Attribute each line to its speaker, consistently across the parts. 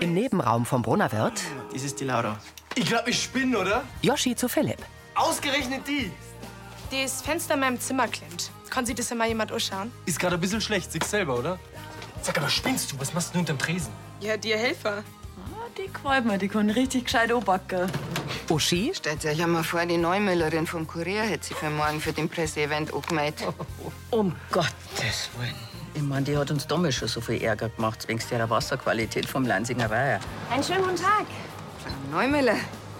Speaker 1: Im Nebenraum vom Brunnerwirt
Speaker 2: Das ist die Laura.
Speaker 3: Ich glaube, ich spinne, oder?
Speaker 1: Joschi zu Philipp.
Speaker 3: Ausgerechnet die!
Speaker 4: Das Fenster in meinem Zimmer klemmt. Kann sich das immer jemand anschauen?
Speaker 3: Ist gerade ein bisschen schlecht, sich selber, oder? Sag, aber spinnst du? Was machst du unterm Tresen?
Speaker 4: Ja, dir Helfer.
Speaker 5: Ah, die gefällt mir, die kann richtig gescheit anbacken.
Speaker 1: Uschi,
Speaker 6: Stellt euch einmal vor, die Neumüllerin vom Kurier hätte sie für morgen für den Presseevent angemeldet.
Speaker 7: Um Gottes Willen. Ich meine, die hat uns damals schon so viel Ärger gemacht, wegen der Wasserqualität vom Lansinger Weiher.
Speaker 8: Einen schönen guten Tag.
Speaker 6: Frau Neumüller,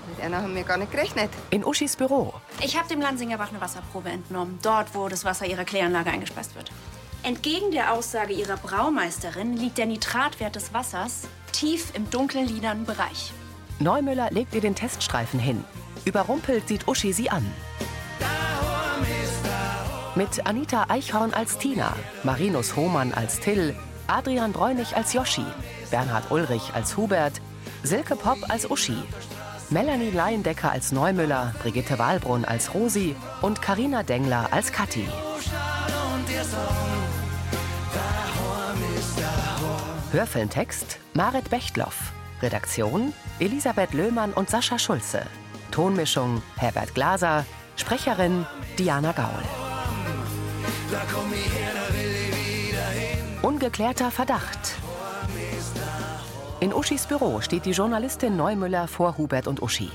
Speaker 6: mit einer haben wir gar nicht gerechnet.
Speaker 1: in Uschis Büro.
Speaker 8: Ich habe dem Lansingerbach eine Wasserprobe entnommen, dort, wo das Wasser ihrer Kläranlage eingespeist wird. Entgegen der Aussage ihrer Braumeisterin liegt der Nitratwert des Wassers tief im dunklen lilanen Bereich.
Speaker 1: Neumüller legt ihr den Teststreifen hin. Überrumpelt sieht Uschi sie an. Mit Anita Eichhorn als Tina, Marinus Hohmann als Till, Adrian Bräunig als Joschi, Bernhard Ulrich als Hubert, Silke Popp als Uschi, Melanie Leiendecker als Neumüller, Brigitte Wahlbrunn als Rosi und Karina Dengler als Kathi. Hörfilmtext Marit Bechtloff. Redaktion Elisabeth Löhmann und Sascha Schulze. Tonmischung Herbert Glaser. Sprecherin Diana Gaul. Ungeklärter Verdacht. In Uschis Büro steht die Journalistin Neumüller vor Hubert und Uschi.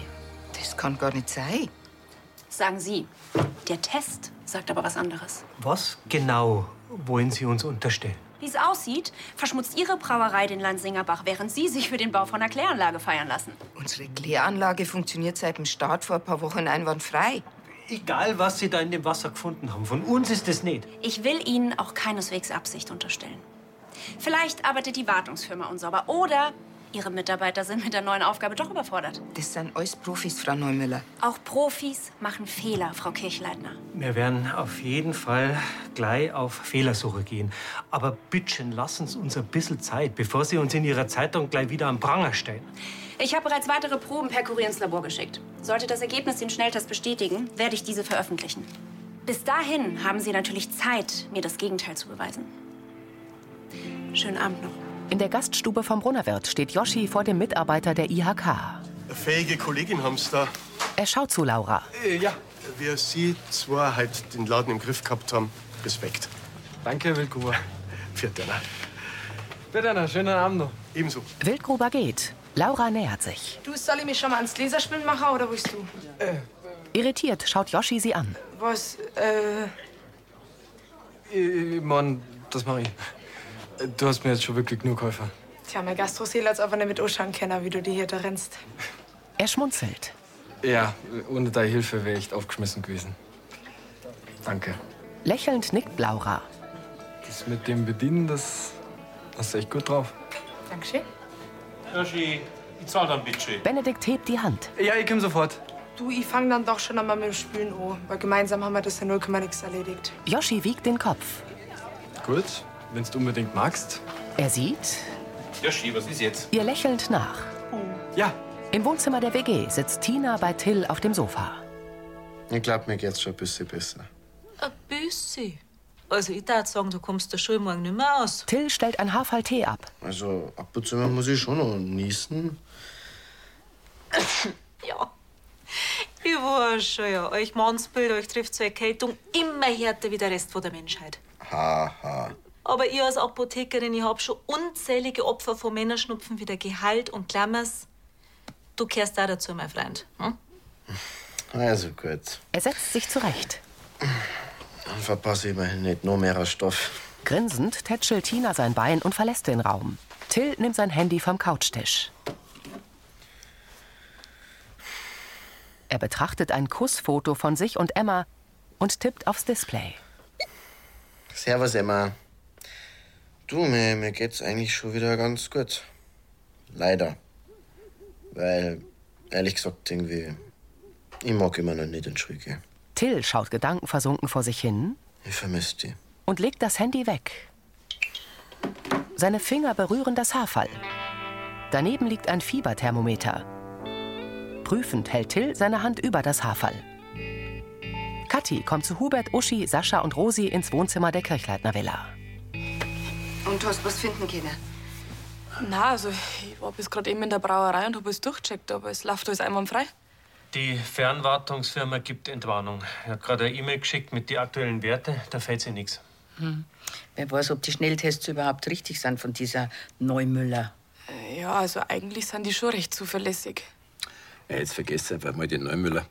Speaker 6: Das kann gar nicht sein.
Speaker 8: Sagen Sie, der Test sagt aber was anderes.
Speaker 2: Was genau wollen Sie uns unterstellen?
Speaker 8: Wie es aussieht, verschmutzt Ihre Brauerei den Lansingerbach, während Sie sich für den Bau von einer Kläranlage feiern lassen.
Speaker 6: Unsere Kläranlage funktioniert seit dem Start vor ein paar Wochen einwandfrei.
Speaker 2: Egal, was Sie da in dem Wasser gefunden haben, von uns ist es nicht.
Speaker 8: Ich will Ihnen auch keineswegs Absicht unterstellen. Vielleicht arbeitet die Wartungsfirma unsauber oder Ihre Mitarbeiter sind mit der neuen Aufgabe doch überfordert.
Speaker 6: Das sind alles Profis, Frau Neumüller.
Speaker 8: Auch Profis machen Fehler, Frau Kirchleitner.
Speaker 2: Wir werden auf jeden Fall gleich auf Fehlersuche gehen. Aber bitteschön, lassen Sie uns ein bisschen Zeit, bevor Sie uns in Ihrer Zeitung gleich wieder am Pranger stellen.
Speaker 8: Ich habe bereits weitere Proben per Kurier ins Labor geschickt. Sollte das Ergebnis den Schnelltest bestätigen, werde ich diese veröffentlichen. Bis dahin haben Sie natürlich Zeit, mir das Gegenteil zu beweisen. Schönen Abend noch.
Speaker 1: In der Gaststube vom Brunnerwirt steht Joschi vor dem Mitarbeiter der IHK.
Speaker 9: Eine fähige Kollegin haben Sie da.
Speaker 1: Er schaut zu Laura.
Speaker 3: Äh, ja.
Speaker 9: Wir Sie zwei halt den Laden im Griff gehabt haben. Respekt.
Speaker 3: Danke, Willkommen.
Speaker 9: Vierte. ne?
Speaker 3: Bitte, Anna, schönen Abend noch.
Speaker 9: Ebenso.
Speaker 1: Wildgruber geht. Laura nähert sich.
Speaker 4: Du, soll ich mich schon mal ans Laserspielen machen oder willst du?
Speaker 3: Äh.
Speaker 1: Irritiert schaut Joschi sie an.
Speaker 4: Was? Äh,
Speaker 3: Ich, ich mein, Äh, das mache ich. Du hast mir jetzt schon wirklich genug geholfen.
Speaker 4: tja, mein Gastroseel hat's einfach nicht mit anschauen können, wie du die hier da rennst.
Speaker 1: Er schmunzelt.
Speaker 3: Ja, ohne deine Hilfe wäre ich aufgeschmissen gewesen. Danke.
Speaker 1: Lächelnd nickt Laura.
Speaker 3: Das mit dem Bedienen, das hast du echt gut drauf.
Speaker 4: Dankeschön.
Speaker 10: Hirschi, ich zahl dann bitte.
Speaker 1: Benedikt hebt die Hand.
Speaker 3: Ja, ich komme sofort.
Speaker 4: Du, ich fang dann doch schon einmal mit dem Spülen an, weil gemeinsam haben wir das ja 0, nix erledigt.
Speaker 1: Joschi wiegt den Kopf.
Speaker 3: Gut, wenn du unbedingt magst.
Speaker 1: Er sieht
Speaker 10: Hirschi, was ist jetzt?
Speaker 1: ihr lächelnd nach.
Speaker 3: Ja.
Speaker 1: Im Wohnzimmer der WG sitzt Tina bei Till auf dem Sofa.
Speaker 11: Ich glaube, mir geht's schon ein bisschen besser.
Speaker 5: Ein bisschen. Also, ich würde sagen, du kommst der Schule morgen nicht mehr aus.
Speaker 1: Till stellt ein Haarfall Tee ab.
Speaker 11: Also ab und zu mal muss ich schon noch niesen.
Speaker 5: Ja. Ich weiß schon, ja. Euch Mannsbild, euch trifft zur Erkältung immer härter wie der Rest von der Menschheit.
Speaker 11: Haha.
Speaker 5: Aber ich als Apothekerin, ich hab schon unzählige Opfer von Männerschnupfen wie der Gehalt und Klammers. Du kehrst da dazu, mein Freund. Hm?
Speaker 11: Also gut.
Speaker 1: Er setzt sich zurecht.
Speaker 11: Dann verpasse ich immerhin nicht noch mehr Stoff.
Speaker 1: Grinsend tätschelt Tina sein Bein und verlässt den Raum. Till nimmt sein Handy vom Couchtisch. Er betrachtet ein Kussfoto von sich und Emma und tippt aufs Display.
Speaker 11: Servus, Emma. Du, mir, mir geht's eigentlich schon wieder ganz gut. Leider. Weil, ehrlich gesagt, irgendwie. Ich mag immer noch nicht in die Schule gehen.
Speaker 1: Till schaut gedankenversunken vor sich hin
Speaker 11: Ich vermisse die.
Speaker 1: und legt das Handy weg. Seine Finger berühren das Haarfall. Daneben liegt ein Fieberthermometer. Prüfend hält Till seine Hand über das Haarfall. Kathi kommt zu Hubert, Uschi, Sascha und Rosi ins Wohnzimmer der Kirchleitner Villa.
Speaker 6: Und hast was finden können?
Speaker 4: Na, also ich war bis gerade eben in der Brauerei und habe alles durchgecheckt, aber es läuft alles um einwandfrei.
Speaker 2: Die Fernwartungsfirma gibt Entwarnung. Er hat gerade eine E-Mail geschickt mit den aktuellen Werten. Da fällt sie nichts.
Speaker 7: Hm. Wer weiß, ob die Schnelltests überhaupt richtig sind von dieser Neumüller.
Speaker 4: Äh, Ja, also eigentlich sind die schon recht zuverlässig.
Speaker 12: Ja, jetzt vergesst einfach mal den Neumüller.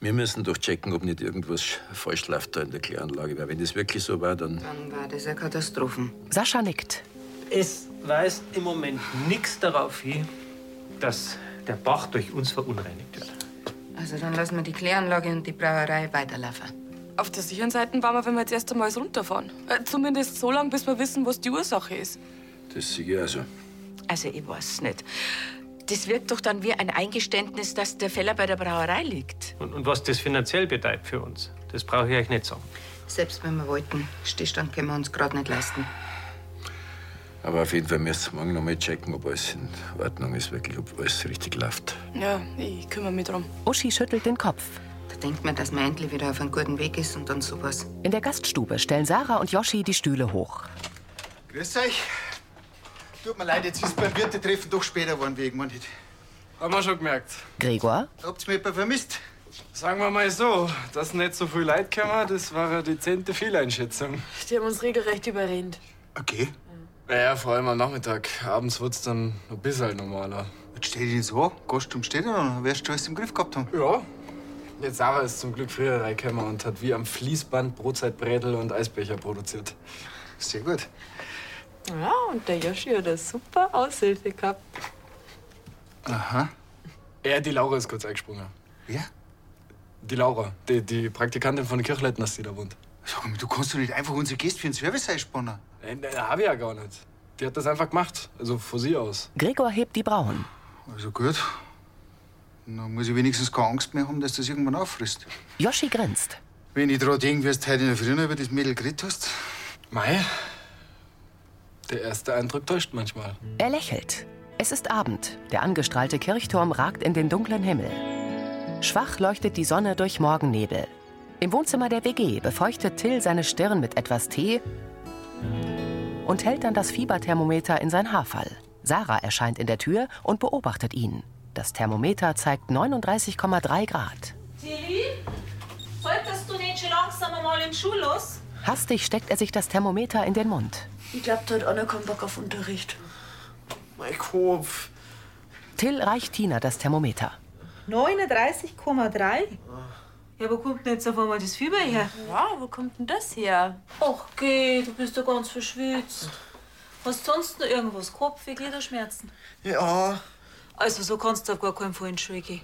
Speaker 12: Wir müssen doch checken, ob nicht irgendwas sch- falsch läuft da in der Kläranlage. Weil wenn das wirklich so war, dann...
Speaker 6: Dann war das eine Katastrophen.
Speaker 1: Sascha nickt.
Speaker 2: Es weist im Moment nichts darauf hin, dass der Bach durch uns verunreinigt wird.
Speaker 6: Also dann lassen wir die Kläranlage und die Brauerei weiterlaufen.
Speaker 4: Auf der sicheren Seite waren wir, wenn wir jetzt erst einmal alles runterfahren. Äh, zumindest so lange, bis wir wissen, was die Ursache ist.
Speaker 12: Das sehe ich also.
Speaker 7: Also, ich weiß nicht. Das wirkt doch dann wie ein Eingeständnis, dass der Fehler bei der Brauerei liegt.
Speaker 2: Und, und was das finanziell bedeutet für uns, das brauche ich euch nicht sagen.
Speaker 6: Selbst wenn wir wollten, Stillstand können wir uns gerade nicht leisten.
Speaker 12: Aber auf jeden Fall müssen wir morgen noch mal checken, ob alles in Ordnung ist, wirklich, ob alles richtig läuft.
Speaker 4: Ja, ich kümmere mich drum.
Speaker 1: Uschi schüttelt den Kopf.
Speaker 6: Da denkt man, dass man endlich wieder auf einem guten Weg ist und dann sowas.
Speaker 1: In der Gaststube stellen Sarah und Joschi die Stühle hoch.
Speaker 13: Grüß euch. Tut mir leid, jetzt ist beim Wirtetreffen doch später geworden, wie ich gemeint hätte.
Speaker 3: Haben wir schon gemerkt.
Speaker 1: Gregor,
Speaker 13: Habt ihr mich etwa vermisst?
Speaker 3: Sagen wir mal so, dass nicht so viel Leid kommen, das war eine dezente Fehleinschätzung.
Speaker 14: Die haben uns regelrecht überredet.
Speaker 13: Okay.
Speaker 3: Naja, vor allem am Nachmittag. Abends wird's dann noch ein bisschen halt normaler.
Speaker 13: Jetzt stell dich nicht so an. Gehst du umstehen oder wirst du alles im Griff gehabt haben?
Speaker 3: Ja. Jetzt Sarah ist zum Glück früher reingekommen und hat wie am Fließband Brotzeitbrädel und Eisbecher produziert.
Speaker 13: Sehr gut.
Speaker 14: Ja, und der Yoshi hat eine super Aushilfe gehabt.
Speaker 13: Aha.
Speaker 3: Ja, die Laura ist kurz eingesprungen.
Speaker 13: Wer?
Speaker 3: Die Laura, Oh, die, die Praktikantin von den Kirchleitners, die da wohnt.
Speaker 13: Sag mal, du kannst doch nicht einfach unsere Gäste für den Service einspannen.
Speaker 3: Nein, nein, hab ich ja gar nicht. Die hat das einfach gemacht, also von sie aus.
Speaker 1: Gregor hebt die Brauen.
Speaker 13: Also gut. Dann muss ich wenigstens keine Angst mehr haben, dass das irgendwann auffrisst.
Speaker 1: Joschi grinst.
Speaker 13: Wenn ich dran denke, wirst du heute in der Früh noch über das Mädel geredet hast.
Speaker 3: Mei. Der erste Eindruck täuscht manchmal.
Speaker 1: Er lächelt. Es ist Abend. Der angestrahlte Kirchturm ragt in den dunklen Himmel. Schwach leuchtet die Sonne durch Morgennebel. Im Wohnzimmer der WG befeuchtet Till seine Stirn mit etwas Tee und hält dann das Fieberthermometer in sein Haarfall. Sarah erscheint in der Tür und beobachtet ihn. Das Thermometer zeigt 39,3 Grad.
Speaker 5: Tilly, solltest du nicht schon langsam mal in die Schule los?
Speaker 1: Hastig steckt er sich das Thermometer in den Mund.
Speaker 14: Ich glaub, da hat einer keinen Bock auf Unterricht.
Speaker 1: Mein Kopf. Till reicht Tina das Thermometer.
Speaker 5: 39,3. Ja, wo kommt denn jetzt auf einmal das Fieber her? Ja, wo kommt denn das her? Ach, geh, du bist ja ganz verschwitzt. Hast du sonst noch irgendwas? Kopf, Gliederschmerzen?
Speaker 11: Ja,
Speaker 5: Also, so kannst du auf gar keinen Fall in die Schule gehen.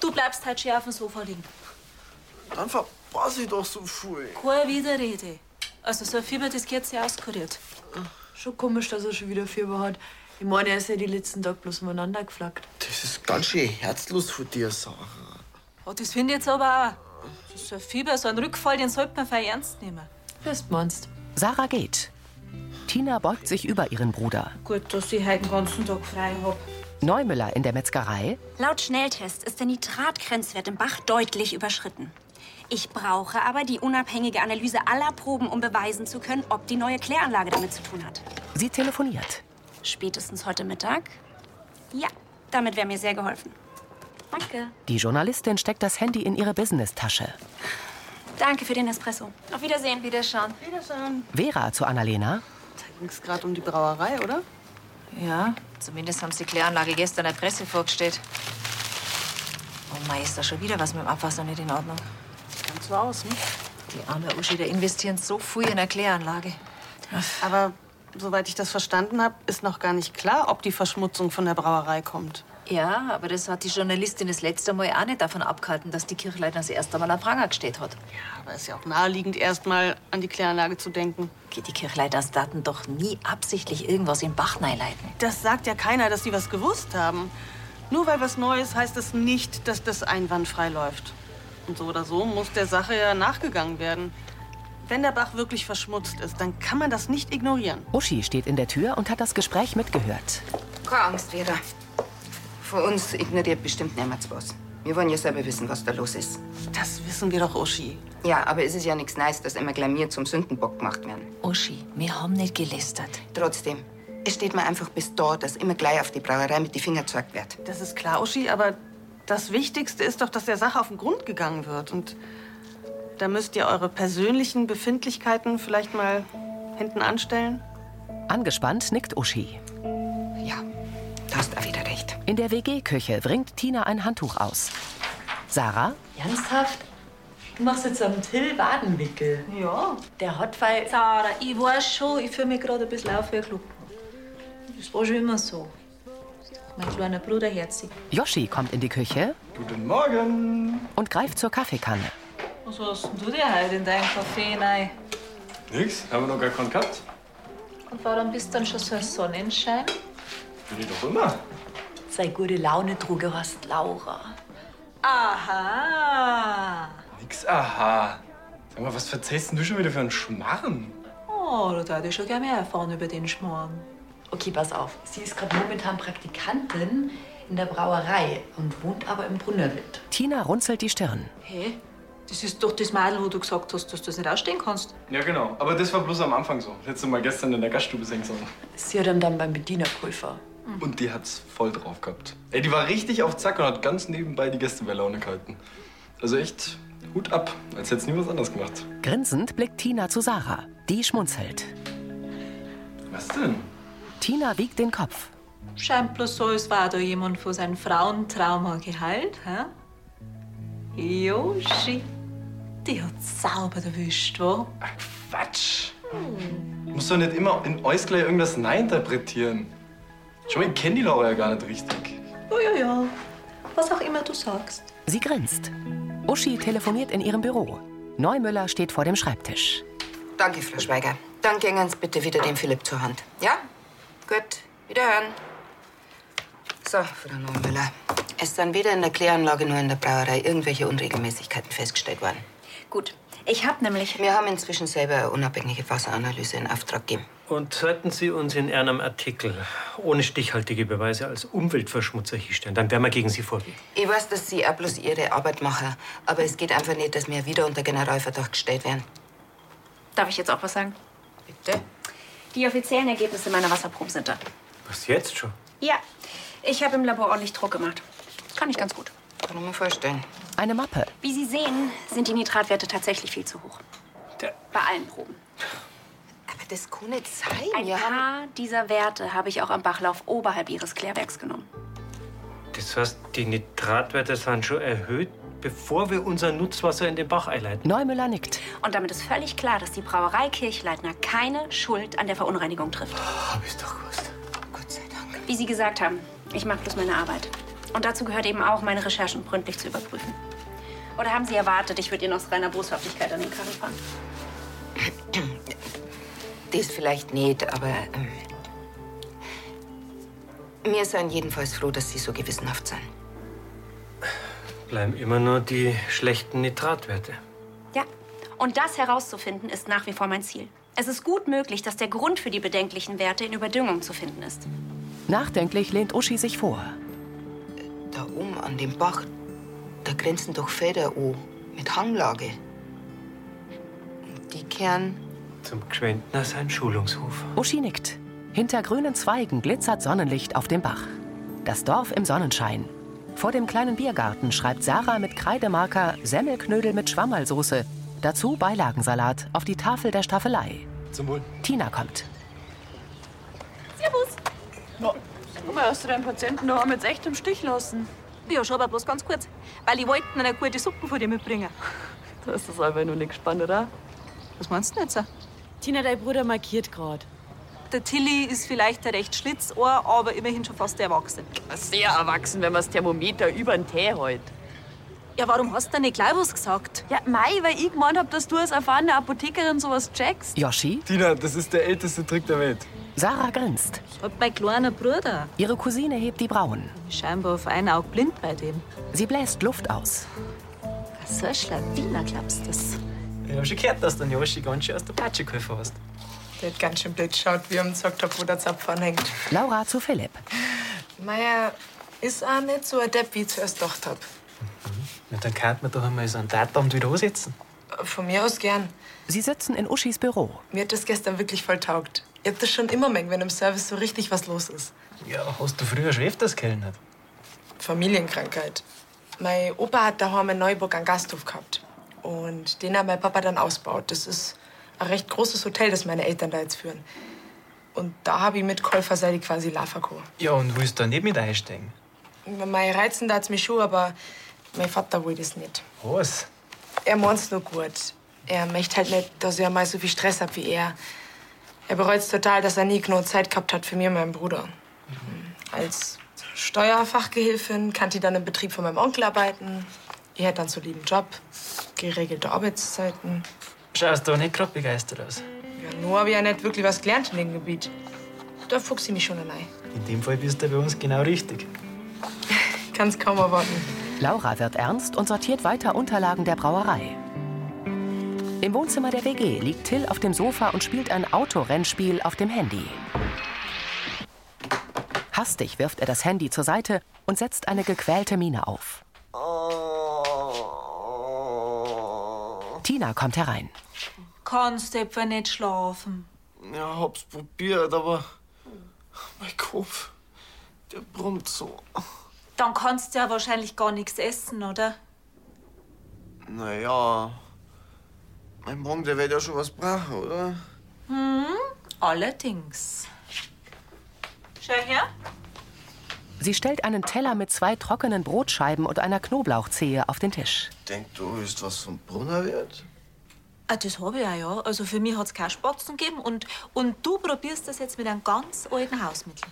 Speaker 5: Du bleibst heute schön auf dem Sofa liegen.
Speaker 11: dann verpasse ich doch so viel.
Speaker 5: Keine Widerrede. Also, so ein Fieber, das geht sich auskuriert.
Speaker 14: Schon komisch, dass er schon wieder Fieber hat. Ich meine, er ist ja die letzten Tage bloß umeinander geflackt.
Speaker 11: Das ist ganz schön herzlos von dir, Sarah.
Speaker 5: Oh, das finde ich jetzt aber auch. Das ist so ein Fieber, so ein Rückfall, den sollte man voll ernst nehmen.
Speaker 14: Was meinst
Speaker 1: Sarah geht. Tina beugt sich über ihren Bruder.
Speaker 5: Gut, dass ich heute den ganzen Tag frei hab.
Speaker 1: Neumüller in der Metzgerei.
Speaker 8: Laut Schnelltest ist der Nitratgrenzwert im Bach deutlich überschritten. Ich brauche aber die unabhängige Analyse aller Proben, um beweisen zu können, ob die neue Kläranlage damit zu tun hat.
Speaker 1: Sie telefoniert.
Speaker 8: Spätestens heute Mittag? Ja, damit wäre mir sehr geholfen. Danke.
Speaker 1: Die Journalistin steckt das Handy in ihre Business-Tasche.
Speaker 8: Danke für den Espresso. Auf Wiedersehen. Wiederschauen. Wiederschauen.
Speaker 1: Vera zu Annalena.
Speaker 15: Ging es gerade um die Brauerei, oder? Ja, zumindest haben sie die Kläranlage gestern der Presse vorgestellt. Oh Mei, ist da schon wieder was mit dem Abwasser nicht in Ordnung. Ganz so aus, ne? Die arme Uschi, da investieren so viel in eine Kläranlage.
Speaker 14: Aber
Speaker 15: soweit ich das verstanden habe, ist noch gar nicht klar, ob die Verschmutzung von der Brauerei kommt. Ja, aber das hat die Journalistin das letzte Mal auch nicht davon abgehalten, dass die Kirchleitner das erste Mal am Pranger gestellt hat. Ja, aber ist ja auch naheliegend, erstmal an die Kläranlage zu denken. Geht die Kirchleitners Daten doch nie absichtlich irgendwas in Bach leiten. Das sagt ja keiner, dass sie was gewusst haben. Nur weil was Neues heißt es nicht, dass das einwandfrei läuft. Und so oder so muss der Sache ja nachgegangen werden. Wenn der Bach wirklich verschmutzt ist, dann kann man das nicht ignorieren.
Speaker 1: Uschi steht in der Tür und hat das Gespräch mitgehört.
Speaker 6: Keine Angst, Vera. Von uns ignoriert bestimmt niemand was. Wir wollen ja selber wissen, was da los ist.
Speaker 15: Das wissen wir doch, Uschi.
Speaker 6: Ja, aber es ist ja nichts Neues, dass immer gleich wir zum Sündenbock gemacht werden.
Speaker 15: Uschi, wir haben nicht gelästert.
Speaker 6: Trotzdem, Es steht mir einfach bis da, dass immer gleich auf die Brauerei mit die Finger gezeigt wird.
Speaker 15: Das ist klar, Uschi, aber das Wichtigste ist doch, dass der Sache auf den Grund gegangen wird. Und da müsst ihr eure persönlichen Befindlichkeiten vielleicht mal hinten anstellen.
Speaker 1: Angespannt nickt Uschi.
Speaker 6: Ja, du hast auch wieder recht.
Speaker 1: In der WG-Küche wringt Tina ein Handtuch aus. Sarah?
Speaker 16: Ernsthaft? Du machst jetzt am Till Wadenwickel.
Speaker 5: Ja.
Speaker 16: Der Hotfall.
Speaker 5: Sarah, ich weiß schon, ich fühle mich gerade ein bisschen auf wie ein Klumpen. Das war schon immer so. Mein kleiner Bruder Herzi.
Speaker 1: Yoshi kommt in die Küche. Guten Morgen. Und greift zur Kaffeekanne.
Speaker 5: Was hast denn du dir heute in deinen Kaffee rein?
Speaker 10: Nix, haben wir noch gar keinen gehabt.
Speaker 5: Und warum bist du dann schon so ein Sonnenschein?
Speaker 10: Bin ich doch immer.
Speaker 16: Sei gute Laune, truge hast Laura.
Speaker 5: Aha!
Speaker 3: Nix, aha. Sag mal, was verzeihst denn du schon wieder für einen Schmarren?
Speaker 5: Oh, da darf ich schon gerne mehr erfahren über den Schmarrn.
Speaker 16: Okay, pass auf. Sie ist gerade momentan Praktikantin in der Brauerei und wohnt aber im Brunnerwind.
Speaker 1: Tina runzelt die Stirn.
Speaker 5: Hä? Das ist doch das Mädel, wo du gesagt hast, dass du das nicht ausstehen kannst.
Speaker 3: Ja, genau. Aber das war bloß am Anfang so. Letztes Mal gestern in der Gaststube singen sollen. Mhm.
Speaker 16: Sie hat ihn dann beim Bedienerprüfer.
Speaker 3: Und die hat's voll drauf gehabt. Ey, die war richtig auf Zack und hat ganz nebenbei die Gäste bei Laune gehalten. Also echt, Hut ab, als hätt's nie was anderes gemacht.
Speaker 1: Grinsend blickt Tina zu Sarah. Die schmunzelt.
Speaker 3: Was denn?
Speaker 1: Tina wiegt den Kopf.
Speaker 5: Scheint bloß so, als war da jemand von seinem Frauentrauma geheilt, hä? Joshi, die hat sauber erwischt, Hm. wo?
Speaker 3: Quatsch! Du musst doch nicht immer in alles gleich irgendwas hineininterpretieren. Schau mal, ich kenn die Laura ja gar nicht richtig.
Speaker 5: Ja, ja, ja. Was auch immer du sagst.
Speaker 1: Sie grinst. Uschi telefoniert in ihrem Büro. Neumüller steht vor dem Schreibtisch.
Speaker 6: Danke, Frau Schweiger. Dann gehen uns bitte wieder dem Philipp zur Hand. Ja? Gut, wiederhören. So, Frau Neumüller. Es sind weder in der Kläranlage noch in der Brauerei irgendwelche Unregelmäßigkeiten festgestellt worden.
Speaker 8: Gut. Ich habe nämlich.
Speaker 6: Wir haben inzwischen selber eine unabhängige Wasseranalyse in Auftrag gegeben.
Speaker 2: Und sollten Sie uns in einem Artikel ohne stichhaltige Beweise als Umweltverschmutzer hinstellen, dann werden wir gegen Sie vorgehen.
Speaker 6: Ich weiß, dass Sie auch bloß Ihre Arbeit machen, aber es geht einfach nicht, dass wir wieder unter Generalverdacht gestellt werden.
Speaker 8: Darf ich jetzt auch was sagen?
Speaker 6: Bitte?
Speaker 8: Die offiziellen Ergebnisse meiner Wasserproben sind da.
Speaker 2: Was jetzt schon?
Speaker 8: Ja, ich habe im Labor ordentlich Druck gemacht. Kann ich ganz gut.
Speaker 6: Kann ich mir vorstellen.
Speaker 1: Eine Mappe.
Speaker 8: Wie Sie sehen, sind die Nitratwerte tatsächlich viel zu hoch. Bei allen Proben.
Speaker 6: Aber das kann nicht sein.
Speaker 8: Ein paar dieser Werte habe ich auch am Bachlauf oberhalb Ihres Klärwerks genommen.
Speaker 2: Das heißt, die Nitratwerte sind schon erhöht, bevor wir unser Nutzwasser in den Bach einleiten.
Speaker 1: Neumüller nickt.
Speaker 8: Und damit ist völlig klar, dass die Brauerei Kirchleitner keine Schuld an der Verunreinigung trifft.
Speaker 6: Oh,
Speaker 2: Hab ich's doch gewusst.
Speaker 8: Wie Sie gesagt haben, ich mache bloß meine Arbeit. Und dazu gehört eben auch, meine Recherchen gründlich zu überprüfen. Oder haben Sie erwartet, ich würde Ihnen aus reiner Boshaftigkeit an den Karren fahren?
Speaker 6: Das vielleicht nicht, aber. Ähm, wir sind jedenfalls froh, dass Sie so gewissenhaft sind.
Speaker 2: Bleiben immer nur die schlechten Nitratwerte.
Speaker 8: Ja. Und das herauszufinden ist nach wie vor mein Ziel. Es ist gut möglich, dass der Grund für die bedenklichen Werte in Überdüngung zu finden ist.
Speaker 1: Nachdenklich lehnt Uschi sich vor.
Speaker 6: Da oben an dem Bach, da grenzen doch Felder an. Mit Hanglage. Und die Kern.
Speaker 2: Zum Gschwendner sein Schulungshof.
Speaker 1: Uschi nickt. Hinter grünen Zweigen glitzert Sonnenlicht auf dem Bach. Das Dorf im Sonnenschein. Vor dem kleinen Biergarten schreibt Sarah mit Kreidemarker Semmelknödel mit Schwammerlsoße. Dazu Beilagensalat auf die Tafel der Staffelei.
Speaker 3: Zum Wohl.
Speaker 1: Tina kommt.
Speaker 14: Servus. Guck mal, hast du deinen Patienten daheim jetzt echt im Stich lassen?
Speaker 17: Ja, schon, aber bloß ganz kurz. Weil ich wollte eine gute Suppe von dir mitbringen.
Speaker 14: Das ist einfach nur nicht spannend, oder?
Speaker 17: Was meinst du denn jetzt?
Speaker 14: Tina, dein Bruder markiert gerade.
Speaker 17: Der Tilly ist vielleicht ein recht Schlitzohr, aber immerhin schon fast erwachsen.
Speaker 14: Sehr erwachsen, wenn man das Thermometer über den Tee hält.
Speaker 17: Ja, warum hast du denn nicht gleich was gesagt?
Speaker 14: Ja, Mai, weil ich gemeint hab, dass du als erfahrene Apothekerin sowas checkst.
Speaker 1: Yoshi?
Speaker 3: Tina, das ist der älteste Trick der Welt.
Speaker 1: Sarah grinst.
Speaker 5: Und mein kleiner Bruder.
Speaker 1: Ihre Cousine hebt die Brauen.
Speaker 5: Scheinbar auf ein Auge blind bei dem.
Speaker 1: Sie bläst Luft aus.
Speaker 5: So ein Schlawiner glaubst du das?
Speaker 18: Ich hab schon gehört, dass du den Yoshi ganz schön aus der Patsche geholfen hast.
Speaker 19: Der hat ganz schön blöd geschaut, wie er ihm gesagt hat, wo der Zapfen hängt.
Speaker 1: Laura zu Philipp.
Speaker 19: Meier ist auch nicht so ein Depp, wie ich zuerst gedacht hab.
Speaker 18: Na, dann könnte man doch einmal so einen Tatabend wieder ansetzen.
Speaker 19: Von mir aus gern.
Speaker 1: Sie sitzen in Uschis Büro.
Speaker 19: Mir hat das gestern wirklich voll taugt. Ich hab das schon immer mögen, wenn im Service so richtig was los ist.
Speaker 18: Ja, hast du früher schon öfters kellnert?
Speaker 19: Familienkrankheit. Mein Opa hat daheim in Neuburg einen Gasthof gehabt. Und den hat mein Papa dann ausgebaut. Das ist ein recht großes Hotel, das meine Eltern da jetzt führen. Und da habe ich mitgeholfen, seit ich quasi Lava gekommen.
Speaker 18: Ja, und willst da nicht mit einsteigen?
Speaker 19: Mein Reizen da hat's mich schon, aber mein Vater will das nicht.
Speaker 18: Was?
Speaker 19: Er meint's nur gut. Er möchte halt nicht, dass ich mal so viel Stress hab wie er. Er bereut's total, dass er nie genug Zeit gehabt hat für mich und meinen Bruder. Mhm. Als Steuerfachgehilfin kann ich dann im Betrieb von meinem Onkel arbeiten. Ich hätte einen soliden Job, geregelte Arbeitszeiten.
Speaker 18: Schaust du nicht gerade begeistert aus.
Speaker 19: Ja, nur habe ich ja nicht wirklich was gelernt in dem Gebiet. Da fuchs ich mich schon allein.
Speaker 18: In dem Fall bist du bei uns genau richtig.
Speaker 19: Ich kann's kaum erwarten.
Speaker 1: Laura wird ernst und sortiert weiter Unterlagen der Brauerei. Im Wohnzimmer der WG liegt Till auf dem Sofa und spielt ein Autorennspiel auf dem Handy. Hastig wirft er das Handy zur Seite und setzt eine gequälte Miene auf. Tina kommt herein.
Speaker 20: Kannst etwa nicht schlafen.
Speaker 10: Ja, hab's probiert, aber mein Kopf, der brummt so.
Speaker 20: Dann kannst du ja wahrscheinlich gar nichts essen, oder?
Speaker 11: Naja, mein Morgen, der wird ja schon was brauchen, oder?
Speaker 20: Hm, allerdings. Schau her.
Speaker 1: Sie stellt einen Teller mit zwei trockenen Brotscheiben und einer Knoblauchzehe auf den Tisch.
Speaker 11: Denk du, ist was vom Brunner wird?
Speaker 20: Ah, das habe ich auch, ja. Also für mich hat es keine Spatzen gegeben. Und, und du probierst das jetzt mit einem ganz alten Hausmittel.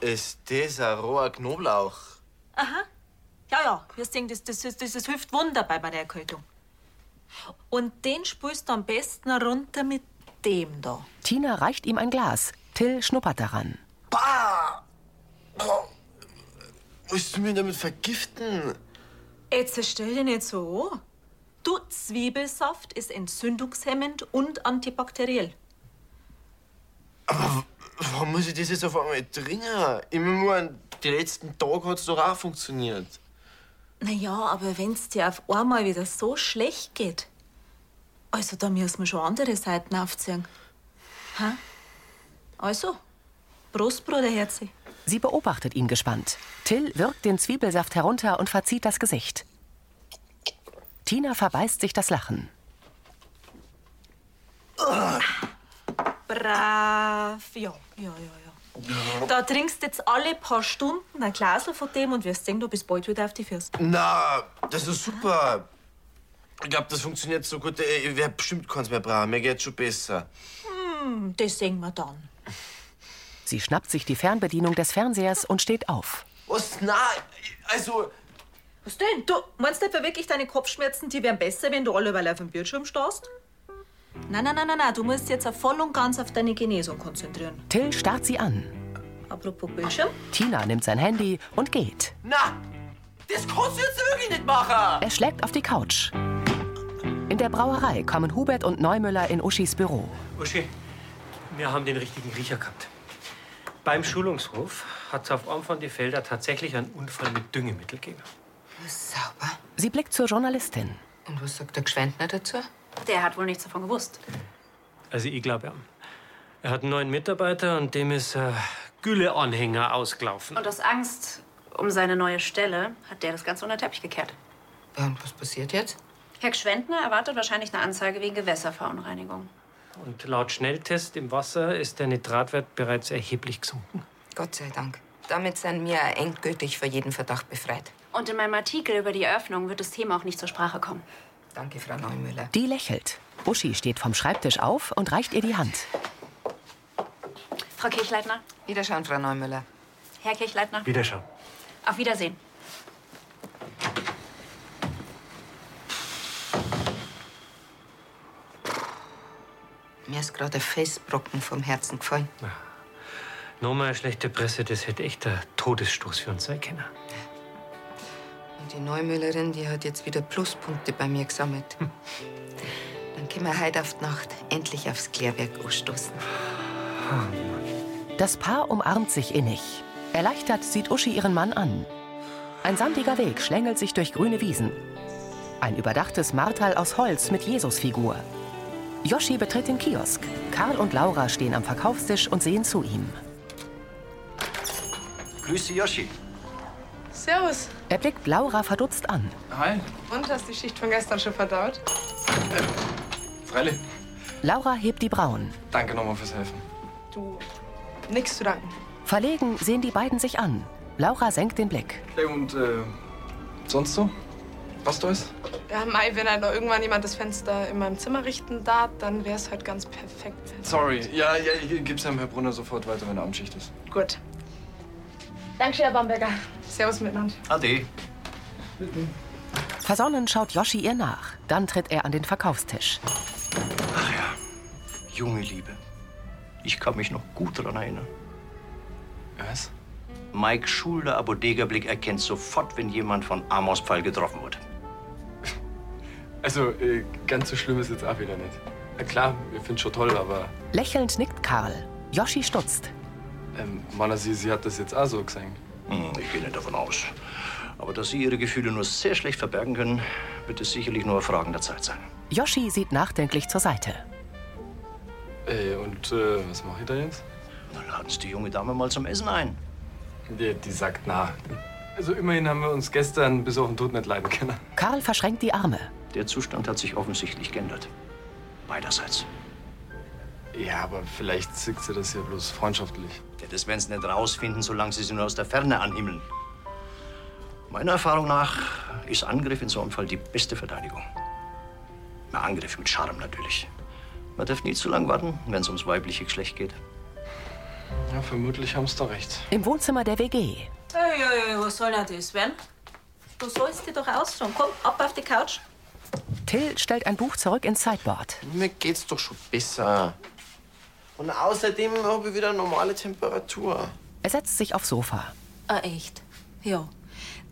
Speaker 11: Ist das ein roher Knoblauch?
Speaker 20: Aha. Ja, ja, wirst sehen, das, das, das, das hilft wunderbar bei der Erkältung. Und den spülst du am besten runter mit dem da.
Speaker 1: Tina reicht ihm ein Glas. Till schnuppert daran.
Speaker 11: Bah! Boah. Willst du mich damit vergiften?
Speaker 20: Jetzt stell dich nicht so an. Du, Zwiebelsaft ist entzündungshemmend und antibakteriell.
Speaker 11: Warum muss ich das jetzt auf einmal trinken? Immer nur an die letzten Tage hat es doch auch funktioniert.
Speaker 20: Naja, aber wenn's dir auf einmal wieder so schlecht geht, also da müssen wir schon andere Seiten aufziehen. Ha? Also, Prost, Bruderherzi.
Speaker 1: Sie beobachtet ihn gespannt. Till wirkt den Zwiebelsaft herunter und verzieht das Gesicht. Tina verbeißt sich das Lachen.
Speaker 20: Brav, ja, ja, ja, ja. Da trinkst jetzt alle paar Stunden ein Glasl von dem und wirst sehen, du bist bald wieder auf die Füße.
Speaker 11: Na, das ist super. Ich glaub, das funktioniert so gut. äh, Ich werde bestimmt keins mehr brauchen. Mir geht's schon besser.
Speaker 20: Hm, das sehen wir dann.
Speaker 1: Sie schnappt sich die Fernbedienung des Fernsehers und steht auf.
Speaker 11: Was? Na, also.
Speaker 20: Was denn? Du meinst etwa wirklich, deine Kopfschmerzen, die wären besser, wenn du alleweil auf dem Bildschirm starrst? Nein, nein, nein, nein, nein, du musst jetzt auf voll und ganz auf deine Genesung konzentrieren.
Speaker 1: Till starrt sie an.
Speaker 20: Apropos Bildschirm?
Speaker 1: Tina nimmt sein Handy und geht.
Speaker 10: Na, das kannst du jetzt wirklich nicht machen!
Speaker 1: Er schlägt auf die Couch. In der Brauerei kommen Hubert und Neumüller in Uschis Büro.
Speaker 2: Uschi, wir haben den richtigen Riecher gehabt. Beim Schulungshof hat es auf Anfang die Felder tatsächlich einen Unfall mit Düngemittel gegeben.
Speaker 1: Sauber. Sie blickt zur Journalistin.
Speaker 6: Und was sagt der Gschwendner dazu?
Speaker 8: Der hat wohl nichts davon gewusst.
Speaker 2: Also ich glaube, ja. er hat einen neuen Mitarbeiter und dem ist äh, Gülleanhänger ausgelaufen.
Speaker 8: Und aus Angst um seine neue Stelle hat der das Ganze unter den Teppich gekehrt.
Speaker 6: Ja, und was passiert jetzt?
Speaker 8: Herr Schwendner erwartet wahrscheinlich eine Anzeige wegen Gewässerverunreinigung.
Speaker 2: Und laut Schnelltest im Wasser ist der Nitratwert bereits erheblich gesunken.
Speaker 6: Gott sei Dank. Damit sind wir endgültig vor jedem Verdacht befreit.
Speaker 8: Und in meinem Artikel über die Eröffnung wird das Thema auch nicht zur Sprache kommen.
Speaker 6: Danke, Frau Neumüller.
Speaker 1: Die lächelt. Uschi steht vom Schreibtisch auf und reicht ihr die Hand.
Speaker 8: Frau Kirchleitner,
Speaker 6: Wiederschauen, Frau Neumüller.
Speaker 8: Herr Kirchleitner,
Speaker 2: Wiederschauen.
Speaker 8: auf Wiedersehen.
Speaker 6: Mir ist gerade ein Felsbrocken vom Herzen gefallen.
Speaker 2: Nochmal schlechte Presse, das hätte echt der Todesstoß für uns sein können.
Speaker 6: Und die Neumüllerin, die hat jetzt wieder Pluspunkte bei mir gesammelt.
Speaker 2: Hm.
Speaker 6: Dann können wir heute auf die Nacht endlich aufs Klärwerk anstoßen.
Speaker 1: Das Paar umarmt sich innig. Erleichtert sieht Uschi ihren Mann an. Ein sandiger Weg schlängelt sich durch grüne Wiesen. Ein überdachtes Martal aus Holz mit Jesusfigur. Yoshi betritt den Kiosk. Karl und Laura stehen am Verkaufstisch und sehen zu ihm.
Speaker 21: Grüße, Yoshi.
Speaker 19: Servus.
Speaker 1: Er blickt Laura verdutzt an.
Speaker 21: Hi.
Speaker 19: Und hast die Schicht von gestern schon verdaut?
Speaker 3: Freilich.
Speaker 1: Laura hebt die Brauen.
Speaker 3: Danke nochmal fürs Helfen.
Speaker 19: Du, nix zu danken.
Speaker 1: Verlegen sehen die beiden sich an. Laura senkt den Blick.
Speaker 3: Hey, und äh, sonst so? Passt alles?
Speaker 19: Ja, Mai, wenn halt noch irgendwann jemand das Fenster in meinem Zimmer richten darf, dann wär's halt ganz perfekt.
Speaker 3: Sorry. Ja, ja, ich geb's Herrn Herr Brunner sofort weiter, wenn er Amtsschicht ist.
Speaker 19: Gut. Danke, Herr Bamberger. Servus miteinander.
Speaker 21: Ade.
Speaker 1: Versonnen schaut Yoshi ihr nach. Dann tritt er an den Verkaufstisch.
Speaker 21: Junge Liebe, ich kann mich noch gut daran erinnern. Was? Mike Schulder, Abodegerblick erkennt sofort, wenn jemand von Amos Pfeil getroffen wird.
Speaker 3: Also, äh, ganz so schlimm ist jetzt auch wieder nicht. Na klar, ich find's schon toll, aber
Speaker 1: Lächelnd nickt Karl. Yoshi stutzt.
Speaker 3: ähm, Mann, sie, sie hat das jetzt auch so gesehen.
Speaker 21: Hm, ich gehe nicht davon aus. Aber dass Sie Ihre Gefühle nur sehr schlecht verbergen können, wird es sicherlich nur eine Frage der Zeit sein.
Speaker 1: Yoshi sieht nachdenklich zur Seite.
Speaker 3: Ey, und äh, was mache ich da jetzt?
Speaker 21: Na, laden Sie die junge Dame mal zum Essen ein.
Speaker 3: Die, die sagt na. Also, immerhin haben wir uns gestern bis auf den Tod nicht leiden können.
Speaker 1: Karl verschränkt die Arme.
Speaker 21: Der Zustand hat sich offensichtlich geändert. Beiderseits.
Speaker 3: Ja, aber vielleicht zickt sie das ja bloß freundschaftlich.
Speaker 21: Ja, das werden sie nicht rausfinden, solange sie sie nur aus der Ferne anhimmeln. Meiner Erfahrung nach ist Angriff in so einem Fall die beste Verteidigung. Ein Angriff mit Charme natürlich. Man darf nie zu lang warten, wenn es ums weibliche Geschlecht geht.
Speaker 3: Ja, vermutlich haben sie da recht.
Speaker 1: Im Wohnzimmer der WG.
Speaker 20: Hey, hey, hey, was soll denn das werden? Du sollst dich doch ausruhen. Komm, ab auf die Couch.
Speaker 1: Till stellt ein Buch zurück ins Sideboard.
Speaker 11: Mir geht's doch schon besser. Und außerdem habe ich wieder normale Temperatur.
Speaker 1: Er setzt sich aufs Sofa.
Speaker 20: Ah, echt? Ja.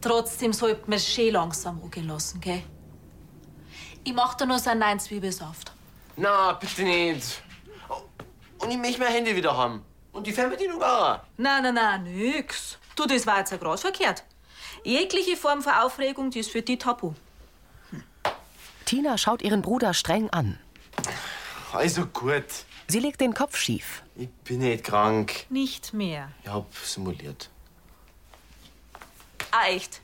Speaker 20: Trotzdem sollte man es schön langsam angehen lassen, gell? Ich mach da noch so einen neuen Zwiebelsaft.
Speaker 11: Na, bitte nicht. Oh, Und ich möchte mein Handy wieder haben. Und die Fernbedienung auch.
Speaker 20: Nein, nein, nein, nix. Du, das war jetzt ja grad verkehrt. Jegliche Form von Aufregung, die ist für die tabu.
Speaker 1: Tina schaut ihren Bruder streng an.
Speaker 11: Also gut.
Speaker 1: Sie legt den Kopf schief.
Speaker 11: Ich bin nicht krank.
Speaker 20: Nicht mehr.
Speaker 11: Ich hab simuliert.
Speaker 20: Ah, echt?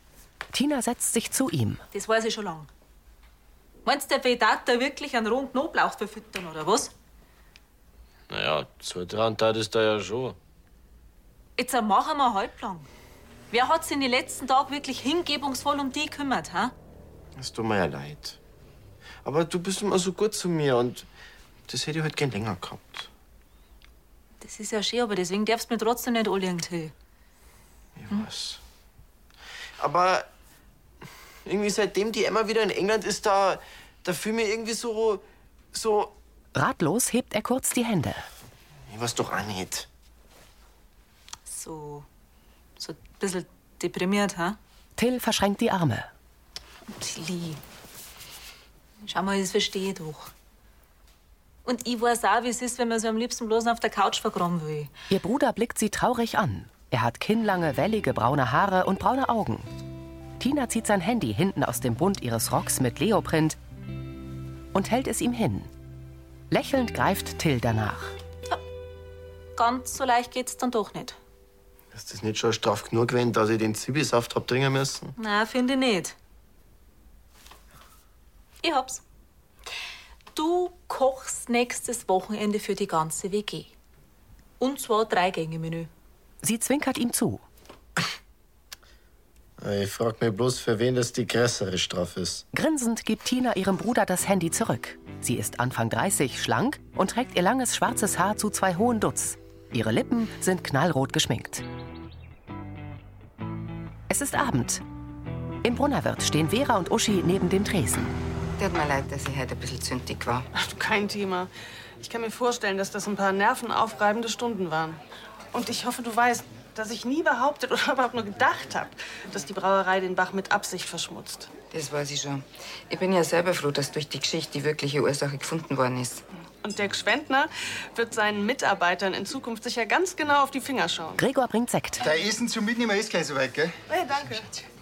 Speaker 1: Tina setzt sich zu ihm.
Speaker 20: Das weiß ich schon lang. Meinst du, der Predator wirklich einen rohen Knoblauch verfüttern, oder was?
Speaker 11: Naja, zutrauen tat es da ja schon.
Speaker 20: Jetzt äh, machen wir halblang. Wer hat sich in den letzten Tagen wirklich hingebungsvoll um die gekümmert, ha?
Speaker 11: Es tut mir ja leid. Aber du bist immer so gut zu mir und das hätte ich heute gern länger gehabt.
Speaker 20: Das ist ja schön, aber deswegen darfst du mir trotzdem nicht anlegen, Till.
Speaker 11: Was? Aber irgendwie seitdem die Emma wieder in England ist, da, da fühl mir irgendwie so, so,
Speaker 1: Ratlos hebt er kurz die Hände.
Speaker 11: ich weiß doch auch nicht.
Speaker 20: So. so ein bisschen deprimiert, ha?
Speaker 1: Till verschränkt die Arme.
Speaker 20: Tilly. Schau mal, das verstehe ich doch. Und ich weiß auch, wie es ist, wenn man so am liebsten bloß auf der Couch vergraben will.
Speaker 1: Ihr Bruder blickt sie traurig an. Er hat kinnlange, wellige braune Haare und braune Augen. Tina zieht sein Handy hinten aus dem Bund ihres Rocks mit Leoprint und hält es ihm hin. Lächelnd greift Till danach.
Speaker 20: Ganz so leicht geht's dann doch nicht.
Speaker 11: Ist das nicht schon straff genug gewesen, dass ich den Zwiebelsaft hab trinken müssen?
Speaker 20: Na, finde ich nicht. Ich hab's. Du kochst nächstes Wochenende für die ganze WG. Und zwar drei Gänge Menü.
Speaker 1: Sie zwinkert ihm zu.
Speaker 11: Ich frag mich bloß, für wen das die größere Strafe ist.
Speaker 1: Grinsend gibt Tina ihrem Bruder das Handy zurück. Sie ist Anfang 30, schlank und trägt ihr langes schwarzes Haar zu zwei hohen Dutz. Ihre Lippen sind knallrot geschminkt. Es ist Abend. Im Brunnerwirt stehen Vera und Uschi neben dem Tresen.
Speaker 6: Tut mir leid, dass ich heute ein bisschen zündig war.
Speaker 15: Kein Thema. Ich kann mir vorstellen, dass das ein paar nervenaufreibende Stunden waren. Und ich hoffe, du weißt, dass ich nie behauptet oder überhaupt nur gedacht habe, dass die Brauerei den Bach mit Absicht verschmutzt.
Speaker 6: Das weiß ich schon. Ich bin ja selber froh, dass durch die Geschichte die wirkliche Ursache gefunden worden ist.
Speaker 15: Und der Gschwendner wird seinen Mitarbeitern in Zukunft sicher ganz genau auf die Finger schauen.
Speaker 1: Gregor bringt Sekt.
Speaker 13: Dein Essen zum Mitnehmen ist gleich soweit, gell?
Speaker 15: Hey, danke.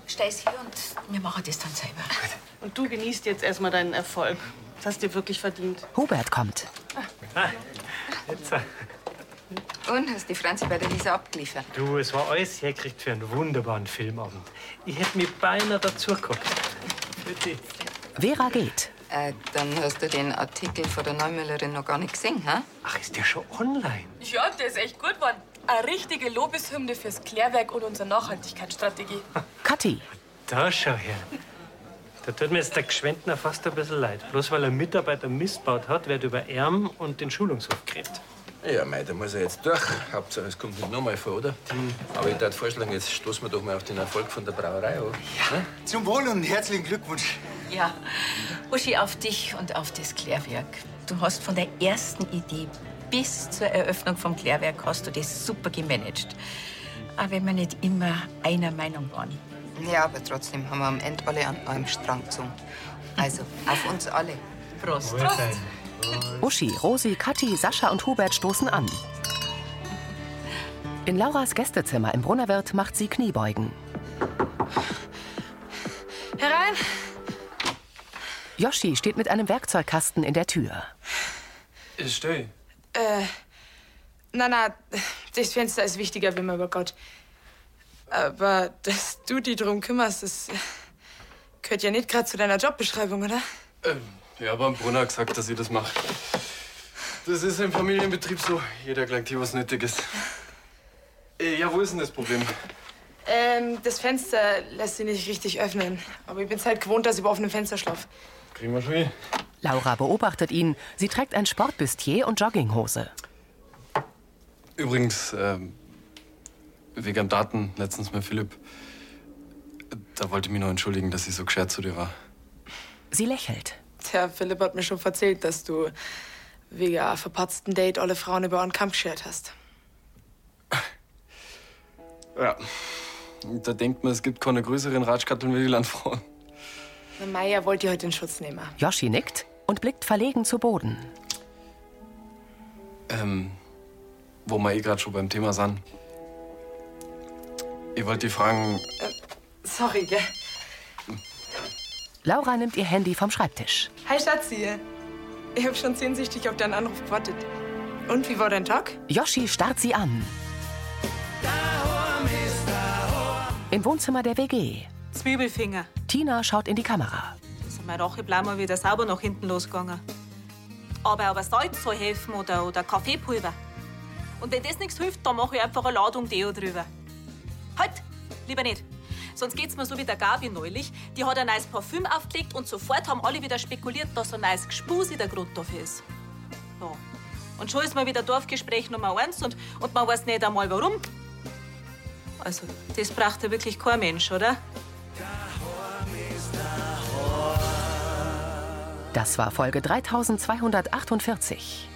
Speaker 8: Stell's hier und wir machen das dann selber.
Speaker 15: Und du genießt jetzt erstmal deinen Erfolg. Das hast du wirklich verdient.
Speaker 1: Hubert kommt.
Speaker 6: Und hast die Franzi bei der Lisa abgeliefert?
Speaker 2: Du, es war alles hergekriegt für einen wunderbaren Filmabend. Ich hätte mich beinahe dazu geguckt.
Speaker 1: Vera geht.
Speaker 6: Äh, dann hast du den Artikel von der Neumüllerin noch gar nicht gesehen, hä?
Speaker 2: Ach, ist der schon online?
Speaker 4: Ja, der ist echt gut geworden. Eine richtige Lobeshymne fürs Klärwerk und unsere Nachhaltigkeitsstrategie.
Speaker 1: Kathi.
Speaker 2: Da schau her. Da tut mir jetzt der Gschwendner fast ein bisschen leid. Bloß weil er Mitarbeiter missbaut hat, wird über Erm und den Schulungshof geredet.
Speaker 12: Ja, mei, da muss er jetzt durch. Hauptsache, es kommt nicht nochmal vor, oder? Aber ich würde vorschlagen, jetzt stoßen wir doch mal auf den Erfolg von der Brauerei an. Ne?
Speaker 22: Zum Wohl und herzlichen Glückwunsch.
Speaker 7: Ja, Uschi, auf dich und auf das Klärwerk. Du hast von der ersten Idee bis zur Eröffnung vom Klärwerk hast du das super gemanagt. Aber wenn wir nicht immer einer Meinung waren.
Speaker 6: Ja, aber trotzdem haben wir am Ende alle an einem Strang gezogen. Also, auf uns alle.
Speaker 1: Prost. Uschi, Rosi, Kathi, Sascha und Hubert stoßen an. In Lauras Gästezimmer im Brunnerwirt macht sie Kniebeugen.
Speaker 19: Herein!
Speaker 1: Yoshi steht mit einem Werkzeugkasten in der Tür.
Speaker 3: Stell.
Speaker 19: Äh, na, na, das Fenster ist wichtiger wie mein über Gott. Aber dass du dich drum kümmerst, das äh, gehört ja nicht gerade zu deiner Jobbeschreibung, oder?
Speaker 3: Ähm, ja, aber am Brunner hat gesagt, dass ihr das macht. Das ist im Familienbetrieb so. Jeder klagt hier was Nötiges. Äh, ja, wo ist denn das Problem?
Speaker 19: Ähm, das Fenster lässt sich nicht richtig öffnen. Aber ich bin's halt gewohnt, dass ich bei offenem Fenster schlafe.
Speaker 3: Kriegen wir schon hin.
Speaker 1: Laura beobachtet ihn. Sie trägt ein Sportbustier und Jogginghose.
Speaker 3: Übrigens, ähm, wegen am Daten letztens mit Philipp. Da wollte ich mich noch entschuldigen, dass ich so geschert zu dir war.
Speaker 1: Sie lächelt.
Speaker 19: Tja, Philipp hat mir schon erzählt, dass du wegen einem verpatzten Date alle Frauen über einen Kampf geschert hast.
Speaker 3: Ja. Und Da denkt man, es gibt keine größeren Ratschkatteln wie die Landfrauen.
Speaker 19: Na, Meier wollte ihr heute in Schutz nehmen.
Speaker 1: Yoshi nickt und blickt verlegen zu Boden.
Speaker 3: Ähm, wo wir eh gerade schon beim Thema sind. Ich wollte die fragen,
Speaker 19: Sorry, gell?
Speaker 1: Laura nimmt ihr Handy vom Schreibtisch.
Speaker 19: Hi, Schatzi. Ich hab schon sehnsüchtig auf deinen Anruf gewartet. Und wie war dein Tag?
Speaker 1: Yoshi starrt sie an. Im Wohnzimmer der WG.
Speaker 20: Zwiebelfinger.
Speaker 1: Tina schaut in die Kamera.
Speaker 20: Also meine Rache bleiben wir wieder sauber nach hinten losgegangen. Aber aber Salz soll helfen oder, oder Kaffeepulver. Und wenn das nichts hilft, dann mache ich einfach eine Ladung Deo drüber. Halt! Lieber nicht. Sonst geht's mir so wie der Gabi neulich. Die hat ein neues Parfüm aufgelegt und sofort haben alle wieder spekuliert, dass ein neues Gespusi der Grund dafür ist. Ja. Und schon ist mal wieder Dorfgespräch Nummer eins und, und man weiß nicht einmal warum. Also, das braucht ja wirklich kein Mensch, oder?
Speaker 1: Das war Folge 3248.